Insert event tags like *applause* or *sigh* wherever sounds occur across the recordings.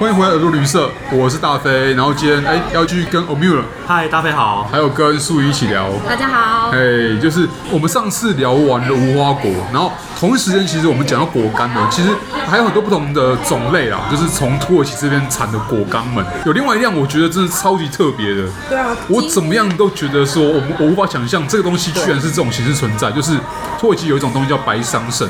欢迎回来耳朵旅社，我是大飞，然后今天哎要去跟 Omu 了，嗨，大飞好。还有跟素怡一起聊。大家好，哎，就是我们上次聊完了无花果，然后同一时间其实我们讲到果干呢，其实还有很多不同的种类啦，就是从土耳其这边产的果干们。有另外一样，我觉得真的超级特别的。对啊我怎么样都觉得说，我我无法想象这个东西居然是这种形式存在。就是土耳其有一种东西叫白桑葚，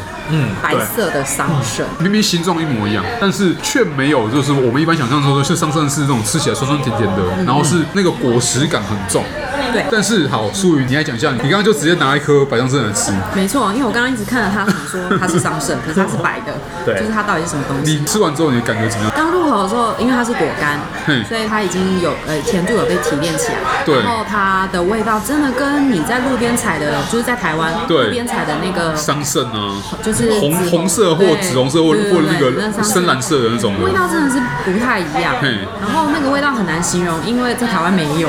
白色的桑葚，明明形状一模一样，但是却没有，就是我们一般想象中的是桑葚是那种吃起来酸酸甜甜的，然后是那个果实感很重。对但是好，苏宇，你来讲一下，你刚刚就直接拿一颗白桑葚来吃，没错，因为我刚刚一直看着它，想说它是 *laughs* 桑葚，可是它是白的，对就是它到底是什么东西？你吃完之后你的感觉怎么样？刚入口的时候，因为它是果干嘿，所以它已经有呃甜度有被提炼起来，嗯对然后它的味道真的跟你在路边采的，就是在台湾对路边采的那个桑葚啊，就是红紫红色或对紫红色或对对或那对个桑葚深蓝色的那种味的，道真的是不太一样嘿。然后那个味道很难形容，因为在台湾没有，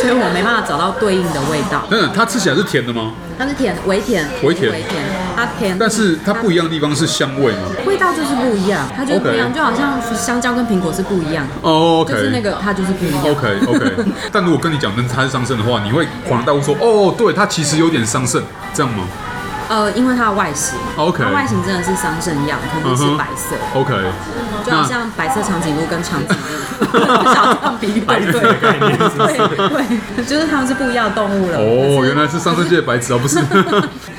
所以我没办法找到对应的味道。嗯，它吃起来是甜的吗？它是甜，微甜，微甜微甜，它甜，但是它不一样的地方是香味吗？味道就是不一样，它就是不一样 OK 就好像香蕉跟苹果是不一样哦，OK、就 o k 是那个它就是不一样。 OK OK，但 *laughs* 如果跟你讲那它是桑葚的话，你会恍然大悟说，哦，对，它其实有点桑葚，这样吗 *laughs* 呃，因为它的外形 OK 它外形真的是桑葚样，可是是白色嗯？OK，就好像白色长颈鹿跟长颈鹿， *laughs* 不想这样比喻，白色的概念是不是对对， *laughs* 就是它们是不一样的动物了。哦，原来来是上世界的白纸啊， *laughs* 不是？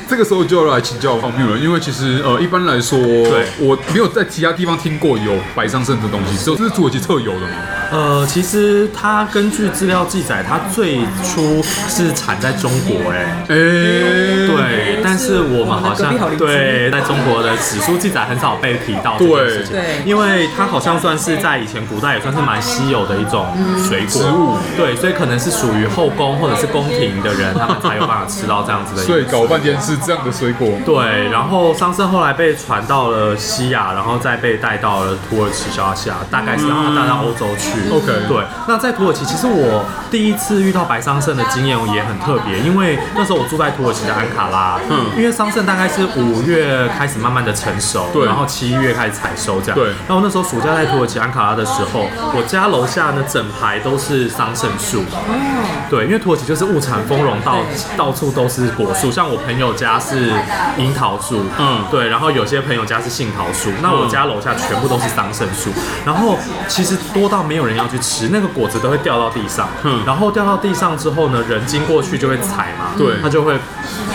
这个时候就要来请教方谬了，因为其实呃，一般来说，对我没有在其他地方听过有白桑葚这东西，只有这是土耳其特有的嘛。呃，其实它根据资料记载，它最初是产在中国、哎。哎、对，但是我们好我们的隔像壁好邻居对在中国的史书记载很少被提到这件事情，对对因为它好像算是在以前古代也算是蛮稀有的一种水果植物，对，所以可能是属于后宫或者是宫廷的人，他们才有办法吃到这样子的。所以搞半天是这样的水果。对，然后桑葚后来被传到了西亚，然后再被带到了土耳其小亚细亚，大概是然后带到欧洲去。嗯 OK 对，那在土耳其，其实我第一次遇到白桑葚的经验也很特别，因为那时候我住在土耳其的安卡拉，嗯嗯，因为桑葚大概是五月开始慢慢的成熟，对然后七月开始采收这样。对然后那时候暑假在土耳其安卡拉的时候，我家楼下呢整排都是桑葚树，对，因为土耳其就是物产丰荣到到处都是果树，像我朋友家是樱桃树，嗯嗯，对，然后有些朋友家是杏桃树，那我家楼下全部都是桑葚树，然后其实多到没有人要去吃，那个果子都会掉到地上，嗯嗯，然后掉到地上之后呢，人经过去就会采嘛，对它就会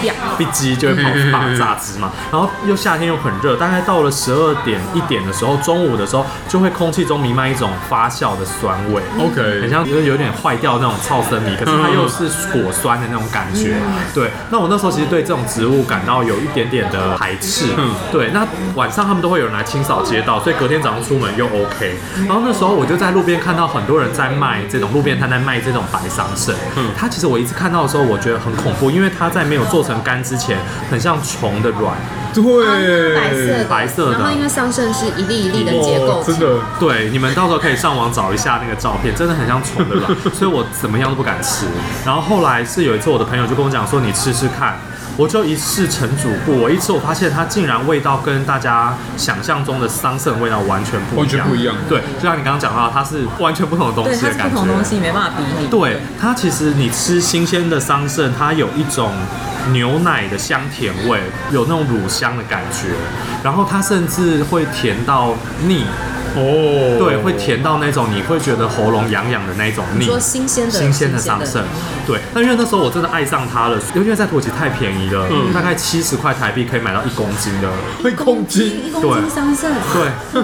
呀一击就会爆爆炸汁嘛，然后又夏天又很热，大概到了十二点一点的时候，中午的时候就会空气中弥漫一种发酵的酸味，很 OK，像就是有点坏掉那种糙生米，可是它又是果酸的那种感觉。对，那我那时候其实对这种植物感到有一点点的排斥。嗯对，那晚上他们都会有人来清扫街道，所以隔天早上出门又 OK。然后那时候我就在路边看到很多人在卖这种路边摊在卖这种白桑葚。嗯嗯，它其实我一次看到的时候，我觉得很恐怖，因为它在没有做成干之前，很像虫的卵。对，白色的，白色的然后因为桑葚是一粒一粒的结构哦，真的。对，你们到时候可以上网找一下那个照片，真的很像虫的 *laughs* 卵，所以我怎么样都不敢吃。然后后来是有一次，我的朋友就跟我讲说，你吃吃看。我就一试成主顾，我一吃我发现它竟然味道跟大家想象中的桑葚味道完全不一样，完全不一样对，就像你刚刚讲到，它是完全不同的东对，西它的是感不觉。同东西，没办法比拟。对它其实你吃新鲜的桑葚，它有一种牛奶的香甜味，有那种乳香的感觉，然后它甚至会甜到腻，哦，对，会甜到那种你会觉得喉咙痒痒的那种你腻。说新鲜的，新鲜的桑葚，对，但因为那时候我真的爱上它了，因为在土耳其太便宜了，嗯大概七十块台币可以买到一公斤的，哦会控制。一公斤对桑葚，对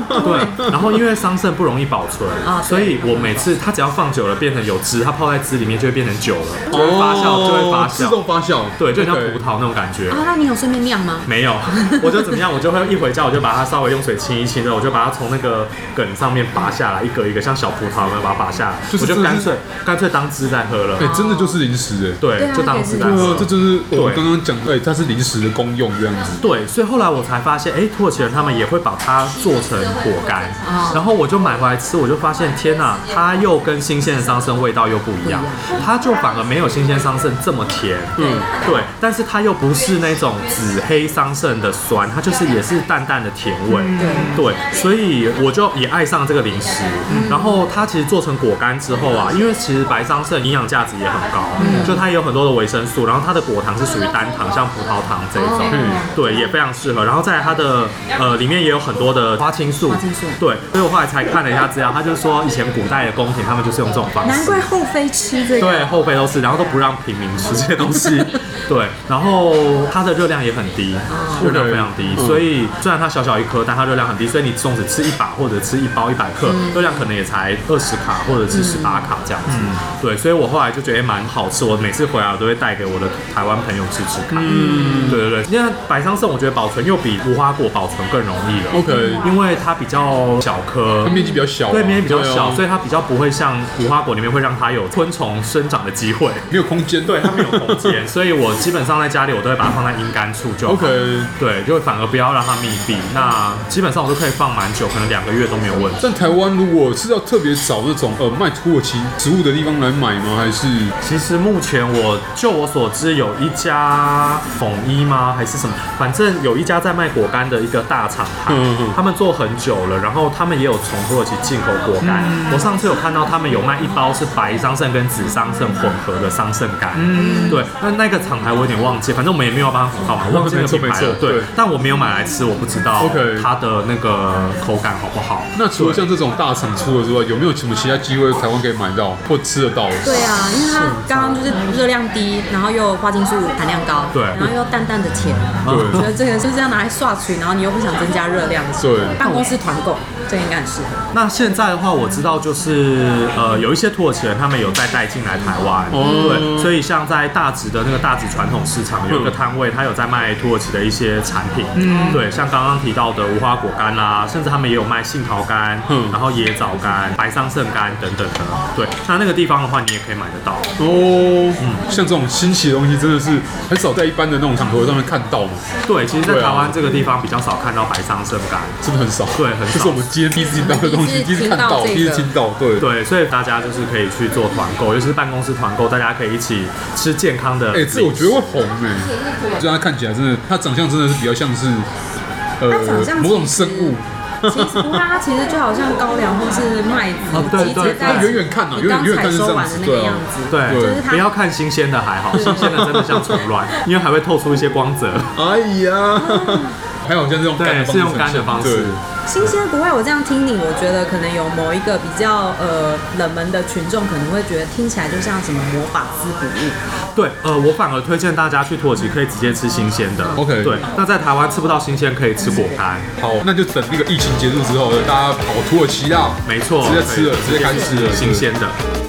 对。然后因为桑葚不容易保存啊，所以我每次它只要放久了变成有汁，它泡在汁里面就会变成酒了，就会发酵，就会哦发自动酵，发酵，对，就很像 OK 葡萄那种感觉。啊，那你有顺便酿吗？ *laughs* 没有，我就怎么样，我就会一回家我就把它稍微用水清一清的，我就把它从那个梗上面拔下来，一个一个像小葡萄一样把它拔下来，就是我真就的是干脆干脆当汁在喝了哎、。真的就是零食哎、对对啊，就当汁在对对啊喝，这。就是我们对刚刚讲的，哎、它是零食的功用这样子。对，所以后来我才发现，哎，土耳其人他们也会把它做成果干哦，然后我就买回来吃，我就发现，天呐，它又跟新鲜的桑葚味道又不一样，它就反而没有新鲜桑葚这么甜，嗯，对，但是它又不是那种紫黑桑葚的酸，它就是也是淡淡的甜味。对，所以我就就也爱上这个零食。嗯然后它其实做成果干之后啊，因为其实白桑葚营养价值也很高，嗯就它也有很多的维生素，然后它的果糖是属于单糖，像葡萄糖这一种，嗯哦对，也非常适合。然后再来它的呃里面也有很多的花青素，花青素对，所以我后来才看了一下资料，他就说以前古代的宫廷他们就是用这种方式，难怪后妃吃这个。对，后辈都是，然后都不让平民吃这些东 *laughs* 西。对，然后它的热量也很低，热量非常低，所以虽然它小小一颗，但它热量很低，所以你纵使吃一把或者吃一包一百克，热量可能也才二十卡或者是十八卡这样子。对，所以我后来就觉得蛮好吃，我每次回来我都会带给我的台湾朋友吃吃看。嗯，对对对，因为白桑葚我觉得保存又比无花果保存更容易了。 OK 因为它比较小颗，它面积比较小啊，对，面积比较小，对啊所以它比较不会像无花果里面会让它有昆虫生长的机会。没有空间。对，它没有空间，所以我基本上在家里我都会把它放在阴干处就 *laughs* 好。OK 对，就反而不要让它密闭。那基本上我都可以放蛮久，可能两个月都没有问题。但台湾如果是要特别找那种呃卖土耳其植物的地方来买吗？还是其实目前我就我所知，有一家缝衣吗还是什么，反正有一家在卖果干的一个大厂牌嗯嗯嗯，他们做很久了，然后他们也有从土耳其进口果干。嗯我上次有看到他们有卖一包是白桑葚跟紫桑葚混合的桑葚干，嗯对，那那个厂牌我有点忘记，反正我们也没有帮他广告嘛，我忘记那个品没牌了错，没错对对，但我没有买来吃，我不知道 OK 它的那个口感好不好。那除了像这种大厂出的之外，有没有什么其他机会台湾可以买到或吃得到？对啊，因为它刚刚就是热量低，然后又花青素含量高，对然后又淡淡的甜，我觉对得这个就是要拿来刷群，然后你又不想增加热量，对办公室团购，这个应该很适 *laughs* 合。那现在的话，我知道就是呃，有一些土耳其人他们有再带进来台湾，哦对，所以像在大直的那个大直传统市场有一个摊位，他有在卖土耳其的一些产品，嗯，对，像刚刚提到的无花果干啦、甚至他们也有卖杏桃干，嗯然后椰枣干、白桑葚干等等的，对，那那个地方的话，你也可以买得到。哦，像这种新奇的东西真的是很少在一般的那种场合上面看到嘛，对，其实，在对啊台湾这个地方比较少看到白桑葚干，真的很少。对很少这是我们今天第一次听到的东西，第一次看到，第听到这个一次听到，对。对，所以大家就是可以去做团购，尤其是办公室团购，大家可以一起吃健康的。哎、这我觉得会红哎、就它看起来真的，它长相真的是比较像是呃它长相某种其实生物，其实不啦，其实就好像高粱或是麦子啊哦对集对结在对远远看啊你刚远远看采是这收样完的子那个对啊样子，对，就是它不要看新鲜的 *laughs* 还好，新鲜的真的像虫卵，因为还会透出一些光泽。哎呀， *laughs* 还有像这种干的对，方式是用干的方对式。新鲜不会，我这样听你，我觉得可能有某一个比较呃冷门的群众可能会觉得听起来就像什么魔法滋补液，对，呃，我反而推荐大家去土耳其可以直接吃新鲜的。 OK 对，那在台湾吃不到新鲜，可以吃果干。好，那就等那个疫情结束之后，大家跑土耳其啦，啊没错，直接吃了，直接干吃了，新鲜的。对。